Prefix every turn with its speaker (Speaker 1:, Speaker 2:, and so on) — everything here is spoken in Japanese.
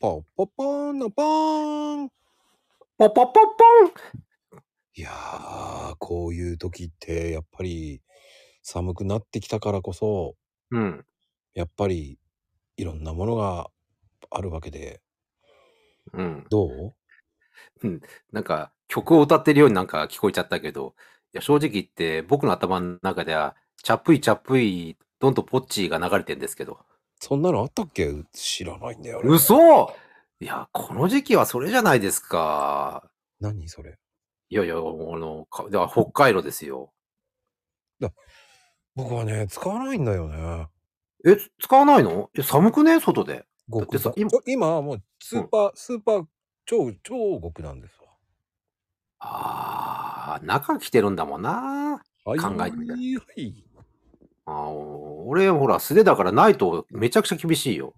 Speaker 1: ポッポッポーンのポーン。
Speaker 2: ポポポポン
Speaker 1: いやー、こういう時って、やっぱり寒くなってきたからこそ、
Speaker 2: うん。
Speaker 1: やっぱりいろんなものがあるわけで。
Speaker 2: うん。
Speaker 1: どう
Speaker 2: なんか、曲を歌ってるようになんか聞こえちゃったけど、いや、正直言って、僕の頭の中では、チャップイチャップイ、ドンとポッチーが流れてんですけど。
Speaker 1: そんなのあったっけ知らないんだよね。
Speaker 2: 嘘いや、この時期はそれじゃないですか。
Speaker 1: 何それ。
Speaker 2: いやいや、もうあの、かでは北海道ですよ。
Speaker 1: 僕はね、使わないんだよね。
Speaker 2: え、使わないのえ寒くね外で。
Speaker 1: 極
Speaker 2: だってさ
Speaker 1: 寒ちょ今はもうスーパー、スーパー超、超極なんですわ。
Speaker 2: あー、中着てるんだもんな。
Speaker 1: はい、
Speaker 2: 考えてみた
Speaker 1: はい。
Speaker 2: あー俺、ほら、素手だからないとめちゃくちゃ厳しいよ。